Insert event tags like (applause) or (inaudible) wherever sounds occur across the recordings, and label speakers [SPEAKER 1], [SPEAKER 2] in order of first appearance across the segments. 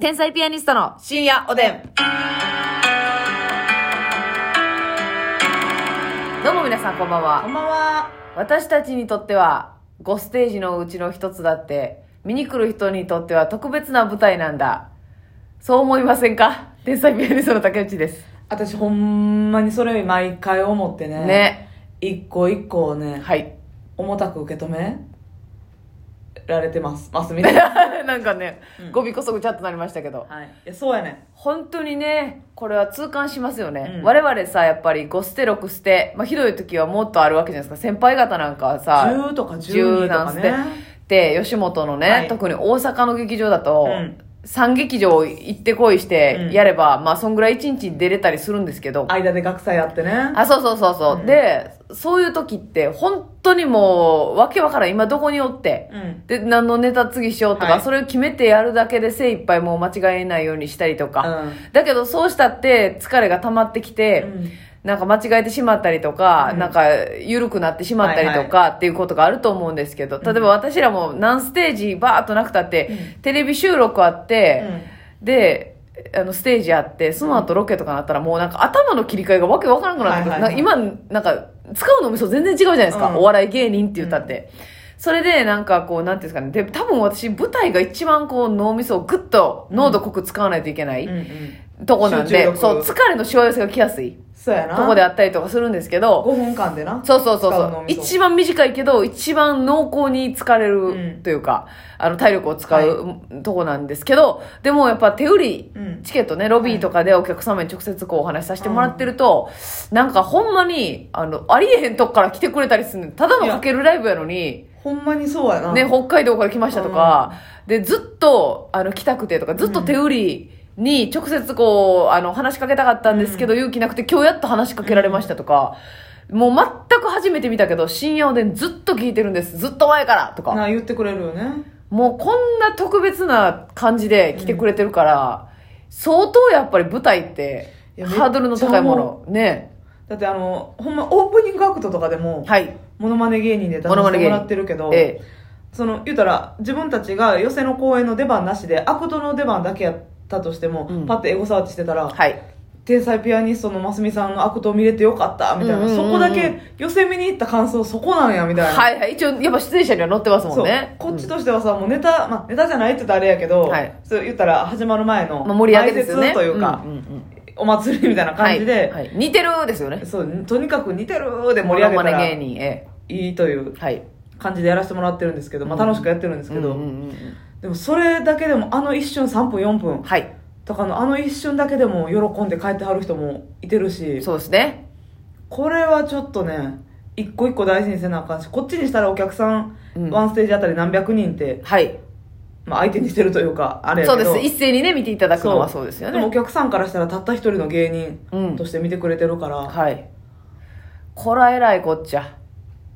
[SPEAKER 1] 天才ピアニストの
[SPEAKER 2] 深夜おでん。
[SPEAKER 1] どうも皆さんこんばんは
[SPEAKER 2] んばんは。
[SPEAKER 1] 私たちにとっては5ステージのうちの一つだって見に来る人にとっては特別な舞台なんだそう思いませんか天才ピアニストの竹内です
[SPEAKER 2] 私ほんまにそれ毎回思ってね。
[SPEAKER 1] ね。
[SPEAKER 2] 一個一個をね、
[SPEAKER 1] はい
[SPEAKER 2] 重たく受け止められてます。ますみたい
[SPEAKER 1] (laughs)
[SPEAKER 2] な。
[SPEAKER 1] (laughs) なんかね、
[SPEAKER 2] うん
[SPEAKER 1] 語尾こそぐちゃっとなりましたけど
[SPEAKER 2] はい。いや、そうやね。
[SPEAKER 1] 本当にねこれは痛感しますよね、
[SPEAKER 2] うん
[SPEAKER 1] 我々さやっぱり5ステ6ステ、まあ、ひどい時はもっとあるわけじゃないですか先輩方なんかはさ
[SPEAKER 2] 10とか12
[SPEAKER 1] 柔
[SPEAKER 2] とか
[SPEAKER 1] 軟
[SPEAKER 2] ね
[SPEAKER 1] ス。テで吉本のね、
[SPEAKER 2] はい
[SPEAKER 1] 特に大阪の劇場だと、
[SPEAKER 2] うん
[SPEAKER 1] 三劇場行ってこいし
[SPEAKER 2] う
[SPEAKER 1] て
[SPEAKER 2] ん
[SPEAKER 1] やれば、まあそんぐらい一日出れたりするんですけど、
[SPEAKER 2] 間で学祭やってね。
[SPEAKER 1] あそうそうそうそう、
[SPEAKER 2] うん
[SPEAKER 1] でそういう時って本当にもうわけわからん今どこにおって、
[SPEAKER 2] うん。
[SPEAKER 1] で何のネタ次しようとか、
[SPEAKER 2] はい
[SPEAKER 1] それを決めてやるだけで精一杯もう間違えないようにしたりと
[SPEAKER 2] う
[SPEAKER 1] か、
[SPEAKER 2] ん。
[SPEAKER 1] だけどそうしたって疲れが溜まってきて、
[SPEAKER 2] うん
[SPEAKER 1] なんか間違えてしまったりとか、
[SPEAKER 2] うん
[SPEAKER 1] なんか緩くなってしまったりとかっていうことがあると思うんですけど、例えば私らも何ステージバーっとなくたって、テレビ収録あって、で、あの、ステージあって、その後ロケとかなったらもうなんか頭の切り替えがわけわからなくなってく
[SPEAKER 2] は
[SPEAKER 1] る。
[SPEAKER 2] いはいはい
[SPEAKER 1] なんか今、なんか使う脳みそ全然違うじゃないですか。
[SPEAKER 2] うん
[SPEAKER 1] お笑い芸人って言ったって。それでなんかこう、なんていうんですかね。で、多分私舞台が一番こう脳みそをグッと濃度濃く使わないといけない、
[SPEAKER 2] うん。うん。
[SPEAKER 1] とこなん
[SPEAKER 2] 集中
[SPEAKER 1] で、
[SPEAKER 2] 力
[SPEAKER 1] そう、疲れのしわ寄せが来やすい
[SPEAKER 2] そうやな。
[SPEAKER 1] とこであったりとかするんですけど、
[SPEAKER 2] 5分間でな。
[SPEAKER 1] そうそうそうそ
[SPEAKER 2] 使う脳
[SPEAKER 1] う。
[SPEAKER 2] みそ
[SPEAKER 1] 一番短いけど、一番濃厚に疲れ
[SPEAKER 2] う
[SPEAKER 1] る
[SPEAKER 2] ん
[SPEAKER 1] というか、あの、体力を使うとこなんですけど、でもやっぱ手売り、
[SPEAKER 2] うん
[SPEAKER 1] チケットね、ロビーとかでお客様に直接こうお話しさせてもらってると、なんかほんまに、あの、ありえへんとこから来てくれたりするのただのかけるライブやのに、
[SPEAKER 2] ほんまにそうやな。
[SPEAKER 1] ね、北海道から来ましたとか、で、ずっと、あの、来たくてとか、ずっと手売り、に直接こう、あの、話しかけたかったんですけど、勇気なくて今日やっと話しかけられましたとか、もう全く初めて見たけど、深夜おでんずっと聞いてるんです。ずっと前からとか。
[SPEAKER 2] な、言ってくれるよね。
[SPEAKER 1] もうこんな特別な感じで来てくれてるから、相当やっぱり舞台って、
[SPEAKER 2] いや
[SPEAKER 1] ハードルの高いもの。ね。
[SPEAKER 2] だってあの、ほんまオープニングアクトとかでも、
[SPEAKER 1] はい。
[SPEAKER 2] モノマネ芸人で出させてもらってるけど、
[SPEAKER 1] ええ。
[SPEAKER 2] その言うたら自分たちが寄せの公演の出番なしでアクトの出番だけやったとしても、
[SPEAKER 1] うん
[SPEAKER 2] パッてエゴサーチしてたら、
[SPEAKER 1] はい。
[SPEAKER 2] 天才ピアニストのますみさんのアクトを見れてよかったみたいな、
[SPEAKER 1] うんうんうんうん
[SPEAKER 2] そこだけ寄せ見に行った感想そこなんやみたいな、
[SPEAKER 1] はいはい。一応、やっぱ出演者には載ってますも
[SPEAKER 2] そ
[SPEAKER 1] ん
[SPEAKER 2] う
[SPEAKER 1] ね。
[SPEAKER 2] こっちとしてはさ、もうネタ、まあ、ネタじゃないって言ったらあれやけど、
[SPEAKER 1] はい
[SPEAKER 2] そう言ったら始まる前の
[SPEAKER 1] うんまあ盛り上げですよね。
[SPEAKER 2] 前説というか、
[SPEAKER 1] んんん
[SPEAKER 2] お祭りみたいな感じで、
[SPEAKER 1] はいはい似てるですよね
[SPEAKER 2] そうとにかく似てるで盛り上げ
[SPEAKER 1] モ
[SPEAKER 2] たら
[SPEAKER 1] ノマネ芸
[SPEAKER 2] い
[SPEAKER 1] 人え
[SPEAKER 2] いという
[SPEAKER 1] えはい
[SPEAKER 2] 感じでやらせてもらってるんですけど、まあ、
[SPEAKER 1] うん
[SPEAKER 2] 楽しくやってるんですけ
[SPEAKER 1] う
[SPEAKER 2] ど、
[SPEAKER 1] んうんうんうん
[SPEAKER 2] でもそれだけでもあの一瞬3分4分
[SPEAKER 1] はい
[SPEAKER 2] とかのあの一瞬だけでも喜んで帰ってはる人もいてるし
[SPEAKER 1] そうですね
[SPEAKER 2] これはちょっとね一個一個大事にせなあかんしこっちにしたらお客さん、
[SPEAKER 1] うん
[SPEAKER 2] ワンステージあたり何百人って、
[SPEAKER 1] はい
[SPEAKER 2] まあ、相手にしてるというかあれや
[SPEAKER 1] そう
[SPEAKER 2] け
[SPEAKER 1] で
[SPEAKER 2] ど
[SPEAKER 1] す一斉にね見ていただくのはそうですよ
[SPEAKER 2] でもお
[SPEAKER 1] ね
[SPEAKER 2] 客さんからしたらたった一人の芸人
[SPEAKER 1] うん
[SPEAKER 2] として見てくれてるから、
[SPEAKER 1] はいこらえらいこっちゃ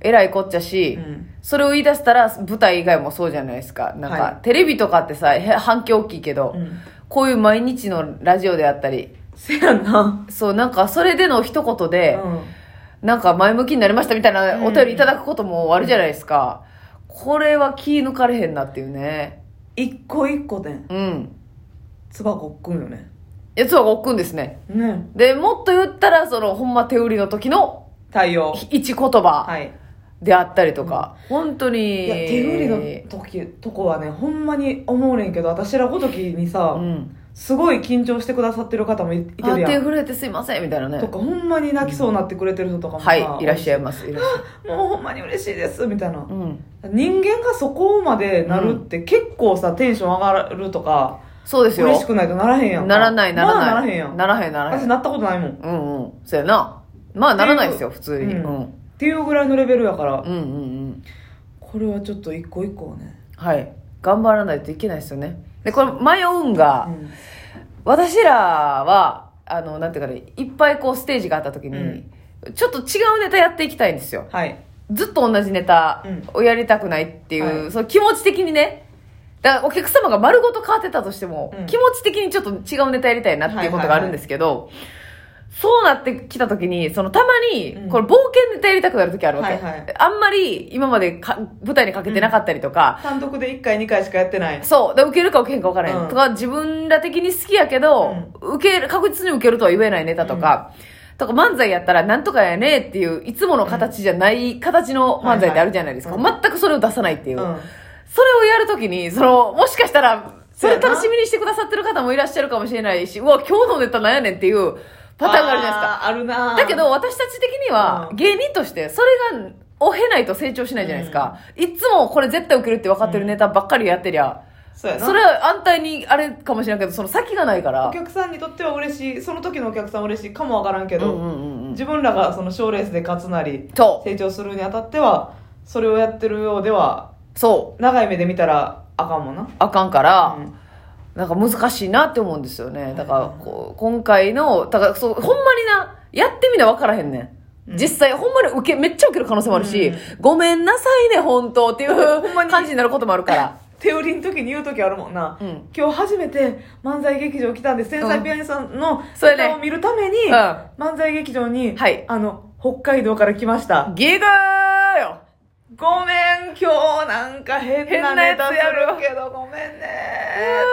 [SPEAKER 1] えらいこっちゃし、
[SPEAKER 2] うん
[SPEAKER 1] それを言い出したら舞台以外もそうじゃないですかなんか、
[SPEAKER 2] は
[SPEAKER 1] テレビとかってさへ反響大きいけど、
[SPEAKER 2] うん
[SPEAKER 1] こういう毎日のラジオであったり
[SPEAKER 2] せやんな、
[SPEAKER 1] そうなんかそれでの一言
[SPEAKER 2] う
[SPEAKER 1] で、
[SPEAKER 2] ん、
[SPEAKER 1] なんか前向きになりましたみたいなお便りいただくこともあるじゃないですか。これは気抜かれへんなっていうね。
[SPEAKER 2] 一個一個ね
[SPEAKER 1] うん。
[SPEAKER 2] つばこっくんよね
[SPEAKER 1] やつはごっくんですね。
[SPEAKER 2] ね
[SPEAKER 1] で、もっと言ったら、その、ほんま手売りの時の
[SPEAKER 2] 対応
[SPEAKER 1] 一言葉
[SPEAKER 2] はい
[SPEAKER 1] であったりとか、本当に。
[SPEAKER 2] いや手売りの時とこはねほんまに思うねんけど私らごときにさ、
[SPEAKER 1] うん。
[SPEAKER 2] すごい緊張してくださってる方もいいて
[SPEAKER 1] あ、
[SPEAKER 2] る
[SPEAKER 1] 手
[SPEAKER 2] やん
[SPEAKER 1] 震えてすいません、みたいなね
[SPEAKER 2] と。かほんまに泣きそうになってくれてる人とかもさ
[SPEAKER 1] はい、いらっしゃい
[SPEAKER 2] (laughs)
[SPEAKER 1] ます。いらっしゃい
[SPEAKER 2] もうほんまに嬉しいですみたいな、
[SPEAKER 1] うん。
[SPEAKER 2] 人間がそこまでなるって結構さテンション上がるとか
[SPEAKER 1] そうですよ。
[SPEAKER 2] 嬉しくないとならへんやんか
[SPEAKER 1] ならない、ならない。
[SPEAKER 2] まだならへんやん
[SPEAKER 1] ならへん、ならへ
[SPEAKER 2] 私
[SPEAKER 1] ん。
[SPEAKER 2] なったことないもんっ
[SPEAKER 1] うんうん。そうやな。まあ、ならないですよ、普通に。う。
[SPEAKER 2] うんん
[SPEAKER 1] うん
[SPEAKER 2] ていうぐらいのレベルやから、
[SPEAKER 1] うんうん。
[SPEAKER 2] これはちょっと一個一個をね、
[SPEAKER 1] はい。頑張らないといけないですよね。で、これ迷うん
[SPEAKER 2] う
[SPEAKER 1] が、
[SPEAKER 2] ん
[SPEAKER 1] 私らは、あの、なんていうかね、いっぱいこうステージがあった時に、ちょっと違うネタやっていきたいんですよ。
[SPEAKER 2] はい
[SPEAKER 1] ずっと同じネタをやりたくないっていう、
[SPEAKER 2] はい
[SPEAKER 1] その気持ち的にね、だからお客様が丸ごと変わってたとしても、
[SPEAKER 2] うん
[SPEAKER 1] 気持ち的にちょっと違うネタやりたいなっていうことがあるんですけど、そうなってきた時に、そのたまに
[SPEAKER 2] うん、
[SPEAKER 1] これ冒険でやりたくなる時あるわけ。
[SPEAKER 2] はいはい
[SPEAKER 1] あんまり今までか舞台にかけてなかったりとか、
[SPEAKER 2] 単独で1回2回しかやってない
[SPEAKER 1] そう、で受けるか受けへんか分からへん、
[SPEAKER 2] うん
[SPEAKER 1] とか、自分ら的に好きやけど、受ける、確実に受けるとは言えないネタとか、とか漫才やったらなんとかやねっていう、いつもの形じゃない形の漫才ってあるじゃないですか。
[SPEAKER 2] はいは
[SPEAKER 1] 全くそれを出さないっていう。
[SPEAKER 2] うん
[SPEAKER 1] それをやるときに、その、もしかしたら、そ
[SPEAKER 2] そう
[SPEAKER 1] れ
[SPEAKER 2] やな
[SPEAKER 1] 楽しみにしてくださってる方もいらっしゃるかもしれないし、うわ、今日のネタなんやねんっていうパターンがあるじゃないですか。
[SPEAKER 2] あーあるなー
[SPEAKER 1] だけど、私たち的には
[SPEAKER 2] う、ん
[SPEAKER 1] 芸人として、それが、を経ないと成長しないじゃないですか。いつもこれ絶対受けるって分かってるネタばっかりやってりゃ、
[SPEAKER 2] そうやな
[SPEAKER 1] それは安泰にあれかもしれないけど、その先がないから
[SPEAKER 2] お。客さんにとっては嬉しいその時のお客さんは嬉しいかもわからんけ
[SPEAKER 1] うんう
[SPEAKER 2] ど、
[SPEAKER 1] んうんうん。
[SPEAKER 2] 自分らがその賞レースで勝つなり
[SPEAKER 1] そ
[SPEAKER 2] 成長するにあたってはそれをやってるようでは
[SPEAKER 1] う。そう。
[SPEAKER 2] 長い目で見たらあかんもんな、
[SPEAKER 1] あかんから、
[SPEAKER 2] うん
[SPEAKER 1] なんか難しいなって思うんですよね。だから、こう今回の、だからそう、ほんまにな、やってみな分からへんねん。
[SPEAKER 2] うん
[SPEAKER 1] 実際、ほんまに受け、めっちゃ受ける可能性もあるし、
[SPEAKER 2] うん
[SPEAKER 1] ごめんなさいね、本当ってい
[SPEAKER 2] ほんま
[SPEAKER 1] う
[SPEAKER 2] に
[SPEAKER 1] 感じになることもあるから。
[SPEAKER 2] 手売りの時に言う時あるもんな、
[SPEAKER 1] うん
[SPEAKER 2] 今日初めて漫才劇場来たんで繊細ピアニストさんの
[SPEAKER 1] そうやね
[SPEAKER 2] 歌を見るために、
[SPEAKER 1] うん
[SPEAKER 2] 漫才劇場に、
[SPEAKER 1] はい
[SPEAKER 2] あの北海道から来ました
[SPEAKER 1] ギガーよ
[SPEAKER 2] ごめん今日なんか変なネタするけどごめんねーっ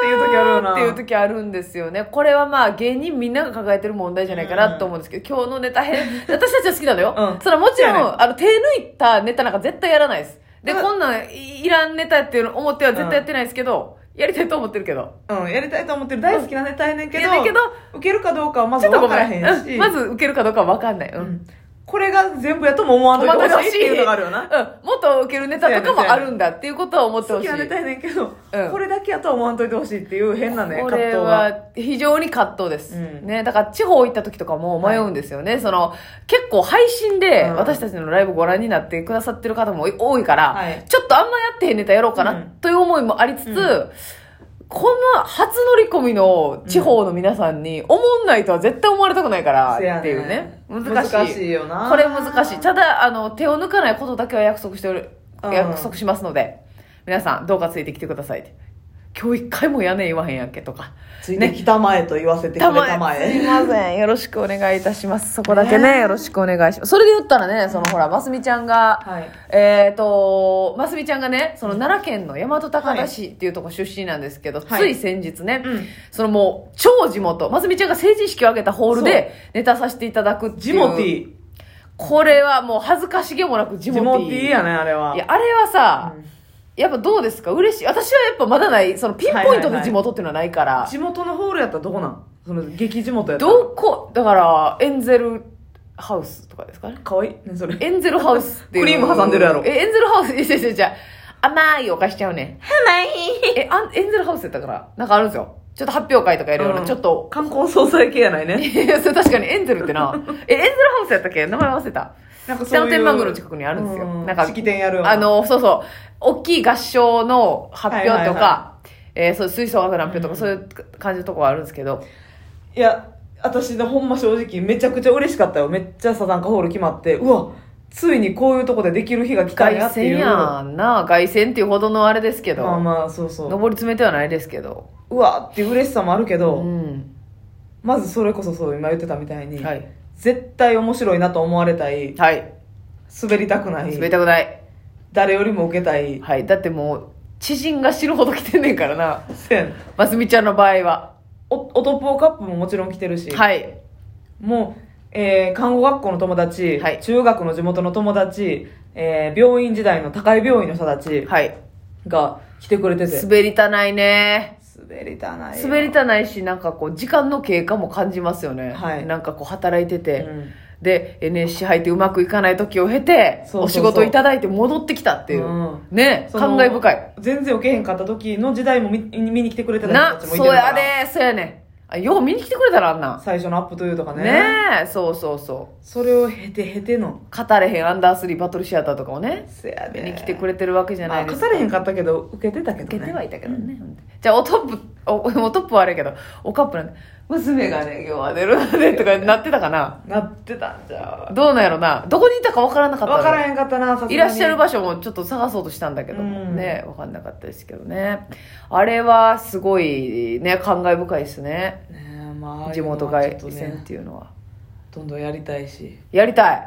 [SPEAKER 2] ていう時あるよな
[SPEAKER 1] っていう時あるんですよね。これはまあ芸人みんなが抱えてる問題じゃないかなと思うんですけど、今日のネタ変、 (laughs) 私たちは好きなのよ。
[SPEAKER 2] うん
[SPEAKER 1] それはもちろん、
[SPEAKER 2] そうやね
[SPEAKER 1] あの手抜いたネタなんか絶対やらないです。で、
[SPEAKER 2] うん
[SPEAKER 1] こんなんいいらんネタっていうの思っては絶対やってないですけど、やりたいと思ってるけど。
[SPEAKER 2] うん、やりたいと思ってる大好きなネタやねんけど、
[SPEAKER 1] うんやねんけど
[SPEAKER 2] 受けるかどうかはま
[SPEAKER 1] ち
[SPEAKER 2] ず
[SPEAKER 1] ょっと
[SPEAKER 2] 分
[SPEAKER 1] ご
[SPEAKER 2] か
[SPEAKER 1] め
[SPEAKER 2] ら
[SPEAKER 1] ん
[SPEAKER 2] へん
[SPEAKER 1] う
[SPEAKER 2] し、
[SPEAKER 1] んまず受けるかどうかは分かんない。う。
[SPEAKER 2] うんん、これが全部やとも思わんといてほしいっていうのがあるよな。
[SPEAKER 1] うん。もっと受けるネタとかもあるんだっていうことは思って
[SPEAKER 2] 好
[SPEAKER 1] ほし
[SPEAKER 2] き
[SPEAKER 1] い。
[SPEAKER 2] なネタやねんけど、
[SPEAKER 1] うん
[SPEAKER 2] これだけやとは思わんといてほしいっていう変なね、
[SPEAKER 1] こ
[SPEAKER 2] 葛
[SPEAKER 1] れ
[SPEAKER 2] 藤が。
[SPEAKER 1] は非常に葛藤です、
[SPEAKER 2] うん
[SPEAKER 1] ね、だから地方行った時とかも迷うんですよね、その結構配信で
[SPEAKER 2] うん
[SPEAKER 1] 私たちのライブご覧になってくださってる方も多いから、
[SPEAKER 2] はい
[SPEAKER 1] ちょっとあんまやってへんネタやろうか
[SPEAKER 2] う
[SPEAKER 1] なんという思いもありつつ、
[SPEAKER 2] うん
[SPEAKER 1] この初乗り込みの地方の皆さんに、思んないとは絶対思われたくないから
[SPEAKER 2] せや
[SPEAKER 1] っていうね。難しい。
[SPEAKER 2] 難しいよな。
[SPEAKER 1] これ難しい。ただ、あの、手を抜かないことだけは約束しておる、
[SPEAKER 2] うん
[SPEAKER 1] 約束しますので、皆さん、どうかついてきてくださいって。今日一回もやねん言わへんやんけとか。
[SPEAKER 2] ついてきたまえと言わせてくれ
[SPEAKER 1] た
[SPEAKER 2] た
[SPEAKER 1] まえ
[SPEAKER 2] まえ。
[SPEAKER 1] すいません。よろしくお願いいたします。そこだけね、
[SPEAKER 2] ね
[SPEAKER 1] よろしくお願いします。それで言ったらね、そのほら、ますみちゃんが、
[SPEAKER 2] はい
[SPEAKER 1] えっ、と、ますみちゃんがね、その奈良県の大和高田市っていうとこ出身なんですけど、
[SPEAKER 2] はい
[SPEAKER 1] つい先日ね、
[SPEAKER 2] うん
[SPEAKER 1] そのもう、超地元、ますみちゃんが成人式を挙げたホールでネタさせていただくっていう。
[SPEAKER 2] ジモティ。
[SPEAKER 1] これはもう恥ずかしげもなくジ
[SPEAKER 2] ジ
[SPEAKER 1] モテ
[SPEAKER 2] モ
[SPEAKER 1] ィ
[SPEAKER 2] ティやね、あれは。
[SPEAKER 1] いや、あれはさ、
[SPEAKER 2] うん
[SPEAKER 1] やっぱどうですか嬉しい。私はやっぱまだない、そのピンポイント
[SPEAKER 2] はいはい
[SPEAKER 1] の
[SPEAKER 2] はい
[SPEAKER 1] 地元っていうのはないから。
[SPEAKER 2] 地元のホールやったらどこなんその激地元やったら。
[SPEAKER 1] どこ、だから、エンゼルハウスとかですかね。
[SPEAKER 2] かわいいね、それ。
[SPEAKER 1] エンゼルハウスっていう。
[SPEAKER 2] クリーム挟んでるやろ
[SPEAKER 1] え、エンゼルハウス、い (laughs) やいやいやいや甘いお菓子ちゃうね。甘い。え、あんエンゼルハウスやったから、なんかあるんですよ。ちょっと発表会とかやるような、
[SPEAKER 2] うん
[SPEAKER 1] ちょっと。
[SPEAKER 2] 観光総裁系やないね。
[SPEAKER 1] いや、それ確かにエンゼルって
[SPEAKER 2] (laughs)
[SPEAKER 1] な。え、エンゼルハウスやったっけ名前忘れた。
[SPEAKER 2] なんか
[SPEAKER 1] 北の天満宮の近くにあるんですよ。
[SPEAKER 2] う
[SPEAKER 1] なんか、
[SPEAKER 2] 式典やるよな
[SPEAKER 1] あ、の、そうそう。大きい合唱の発表とか、
[SPEAKER 2] はいはいは
[SPEAKER 1] えーそう、吹奏楽の発表とか、
[SPEAKER 2] うん
[SPEAKER 1] そういう感じのとこはあるんですけど。
[SPEAKER 2] いや、私のほんま正直めちゃくちゃ嬉しかったよ。めっちゃサザンカホール決まって、うわ、ついにこういうとこでできる日が来たんや
[SPEAKER 1] 凱
[SPEAKER 2] ってい
[SPEAKER 1] 旋
[SPEAKER 2] う。
[SPEAKER 1] やんな。凱旋っていうほどのあれですけど。
[SPEAKER 2] まあまあ、そうそう。
[SPEAKER 1] 上り詰めてはないですけど。
[SPEAKER 2] うわっていう嬉しさもあるけど、
[SPEAKER 1] うん。
[SPEAKER 2] まずそれこそそう、今言ってたみたいに、
[SPEAKER 1] はい。
[SPEAKER 2] 絶対面白いなと思われたい、
[SPEAKER 1] はい。
[SPEAKER 2] 滑りたくない、
[SPEAKER 1] 滑りたくない。
[SPEAKER 2] 誰よりも受けたい。
[SPEAKER 1] はい。だってもう、知人が死ぬほど来てんねんからな。
[SPEAKER 2] せやねん
[SPEAKER 1] ますみちゃんの場合は。
[SPEAKER 2] お、おとぽカップももちろん来てるし、
[SPEAKER 1] はい。
[SPEAKER 2] もう、えー看護学校の友達、
[SPEAKER 1] はい
[SPEAKER 2] 中学の地元の友達、えー病院時代の高い病院の人たち
[SPEAKER 1] はい。
[SPEAKER 2] が来てくれてて、
[SPEAKER 1] 滑りたないね。
[SPEAKER 2] 滑りたないよ
[SPEAKER 1] 滑りたないし、なんかこう、時間の経過も感じますよね。
[SPEAKER 2] はい
[SPEAKER 1] なんかこう、働いてて。
[SPEAKER 2] うん
[SPEAKER 1] で、NSC 入ってうまくいかない時を経て、
[SPEAKER 2] そうそうそう
[SPEAKER 1] お仕事いただいて戻ってきたっていう。
[SPEAKER 2] うん
[SPEAKER 1] ね、
[SPEAKER 2] そ
[SPEAKER 1] 感
[SPEAKER 2] の
[SPEAKER 1] 慨深い。
[SPEAKER 2] 全然受けへんかった時の時代も見見に来てくれてた
[SPEAKER 1] な、
[SPEAKER 2] 人たちもい
[SPEAKER 1] そ
[SPEAKER 2] て
[SPEAKER 1] う
[SPEAKER 2] るか
[SPEAKER 1] や
[SPEAKER 2] ら
[SPEAKER 1] で、そうやねんあ。よう見に来てくれたらあんな。
[SPEAKER 2] 最初のアップというとかね
[SPEAKER 1] ねえ、そうそうそう。
[SPEAKER 2] それを経て経ての
[SPEAKER 1] 語れへんアンダースリーバトルシアターとかもね、
[SPEAKER 2] せやで
[SPEAKER 1] 見に来てくれてるわけじゃないです
[SPEAKER 2] まあ、語れへんかったけど受けてたけどね
[SPEAKER 1] 受けてはいたけどね、じゃあおトップおお (laughs) トップはあれやけどおカップなんか娘がね今日は出るのでとかなってたかな
[SPEAKER 2] なってたんじゃ
[SPEAKER 1] どうなんやろなどこにいたか分からなかったの
[SPEAKER 2] 分からへんかったなさすがに
[SPEAKER 1] いらっしゃる場所もちょっと探そうとしたんだけども
[SPEAKER 2] うん
[SPEAKER 1] ね分かんなかったですけどねあれはすごいね感慨深いですね
[SPEAKER 2] ねえまあ
[SPEAKER 1] 地元
[SPEAKER 2] が
[SPEAKER 1] 外
[SPEAKER 2] ね
[SPEAKER 1] 線っていうのは
[SPEAKER 2] どんどんやりたいし
[SPEAKER 1] やりたい。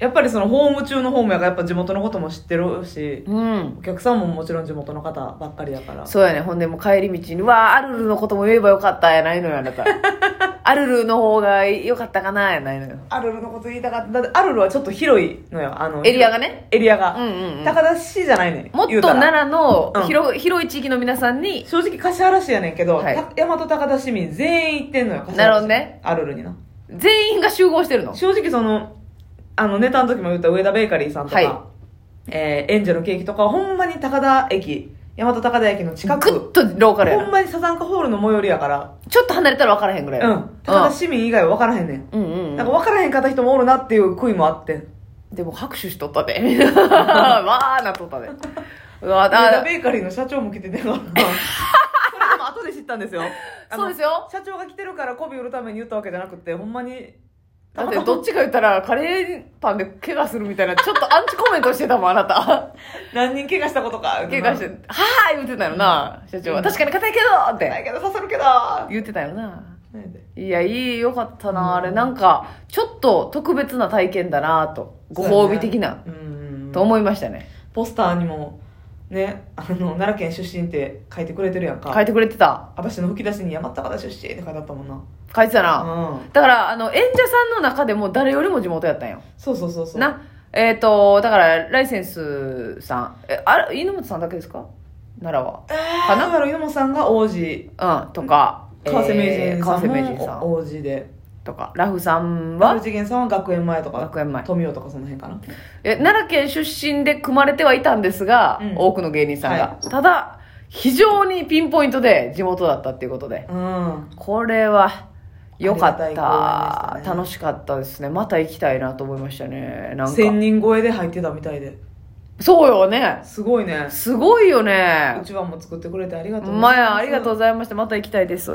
[SPEAKER 2] やっぱりそのホーム中のホームやからやっぱ地元のことも知ってるし
[SPEAKER 1] うん。
[SPEAKER 2] お客さんももちろん地元の方ばっかりだから
[SPEAKER 1] そうやね。ほんで、もう帰り道に、うわあ、アルルのことも言えばよかったやないのよ、あな
[SPEAKER 2] (laughs)
[SPEAKER 1] た。アルルの方がよかったかなやないのよ。
[SPEAKER 2] アルルのこと言いたかっただってアルルはちょっと広いのよあの
[SPEAKER 1] エリアがね。
[SPEAKER 2] エリアが、
[SPEAKER 1] うんうんうん。
[SPEAKER 2] 高田市じゃないねん
[SPEAKER 1] もっ
[SPEAKER 2] 言
[SPEAKER 1] と
[SPEAKER 2] うたら
[SPEAKER 1] 奈良の
[SPEAKER 2] うん
[SPEAKER 1] 広,、広い地域の皆さんに、
[SPEAKER 2] 正直橿原市やねんけど、
[SPEAKER 1] はい
[SPEAKER 2] た大和高田市民全員行ってんのよ橿原市
[SPEAKER 1] なるほどね
[SPEAKER 2] アルルにな
[SPEAKER 1] 全員が集合してるの。
[SPEAKER 2] 正直そのあのネタの時も言った上田ベーカリーさんとか、
[SPEAKER 1] はい
[SPEAKER 2] えーエンジェルのケーキとかはほんまに高田駅大和高田駅の近
[SPEAKER 1] ぐっ
[SPEAKER 2] く
[SPEAKER 1] とローカルや
[SPEAKER 2] ほん
[SPEAKER 1] な。
[SPEAKER 2] まにサザンカホールの最寄りやから、
[SPEAKER 1] ちょっと離れたら分からへんぐらい。
[SPEAKER 2] うん、高田市民以外は分からへんねん、
[SPEAKER 1] うんうんうん
[SPEAKER 2] なんか分からへんかった人もおるなっていう悔いもあってん
[SPEAKER 1] でも拍手しとったで。 (laughs) わーなっとったで。うわ
[SPEAKER 2] 上田
[SPEAKER 1] だ
[SPEAKER 2] ベーカリーの社長も来て
[SPEAKER 1] (laughs)
[SPEAKER 2] てんからそれでも後で知ったんですよ (laughs) あの
[SPEAKER 1] そうですよ。
[SPEAKER 2] 社長が来てるから媚び売るために言ったわけじゃなくてほんまに
[SPEAKER 1] だってどっちか言ったらカレーパンで怪我するみたいな、ちょっとアンチコメントしてたもん、あな
[SPEAKER 2] (laughs)
[SPEAKER 1] た。
[SPEAKER 2] 何人怪我したことか
[SPEAKER 1] 怪我して、はーい言ってたよな、社長
[SPEAKER 2] う
[SPEAKER 1] は。
[SPEAKER 2] ん
[SPEAKER 1] 確かに硬いけどっ
[SPEAKER 2] な
[SPEAKER 1] て
[SPEAKER 2] いけど刺さるけどな
[SPEAKER 1] 言ってたよな。
[SPEAKER 2] んで
[SPEAKER 1] いや、いい、よかったな、あ
[SPEAKER 2] う
[SPEAKER 1] れ。
[SPEAKER 2] ん
[SPEAKER 1] なんか、ちょっと特別な体験だなと。ご褒美的な、
[SPEAKER 2] そうやねうん
[SPEAKER 1] と思いましたね。
[SPEAKER 2] ポスターにもねあの奈良県出身って書いてくれてるやんか
[SPEAKER 1] 書いてくれてた。
[SPEAKER 2] 私の吹き出しに山高田出身って書いてあったもんな
[SPEAKER 1] 書いてたな。
[SPEAKER 2] うん
[SPEAKER 1] だから、あの、演者さんの中でも誰よりも地元やったんよ。
[SPEAKER 2] そうそうそうそう
[SPEAKER 1] な、えっ、と、だから、ライセンスさん、え、あれ、犬本さんだけですか奈良
[SPEAKER 2] え
[SPEAKER 1] か
[SPEAKER 2] ー、
[SPEAKER 1] な
[SPEAKER 2] だから湯本さんが王子
[SPEAKER 1] は。うん、とか、
[SPEAKER 2] 川瀬名
[SPEAKER 1] えー
[SPEAKER 2] 人
[SPEAKER 1] 川
[SPEAKER 2] さん
[SPEAKER 1] 瀬名人さ
[SPEAKER 2] も
[SPEAKER 1] ん
[SPEAKER 2] 王子で
[SPEAKER 1] とか、ラフさん
[SPEAKER 2] 丸
[SPEAKER 1] は
[SPEAKER 2] 次元さんは学園前とか
[SPEAKER 1] 学園前。
[SPEAKER 2] 富雄とかその辺かな
[SPEAKER 1] え、奈良県出身で組まれてはいたんですが、
[SPEAKER 2] うん
[SPEAKER 1] 多くの芸人さんが。
[SPEAKER 2] は
[SPEAKER 1] ただ、非常にピンポイントで地元だったっていうことで。
[SPEAKER 2] うん
[SPEAKER 1] これは、良かっ
[SPEAKER 2] ありが
[SPEAKER 1] た
[SPEAKER 2] たい公演でしたね
[SPEAKER 1] 楽しかったですね。また行きたいなと思いましたね。なんか。
[SPEAKER 2] 1000人超えで入ってたみたいで
[SPEAKER 1] そうよね。
[SPEAKER 2] すごいね
[SPEAKER 1] すごいよね
[SPEAKER 2] う。ちわも作ってくれてありがとう
[SPEAKER 1] まや、ありがとうございました。また行きたいです。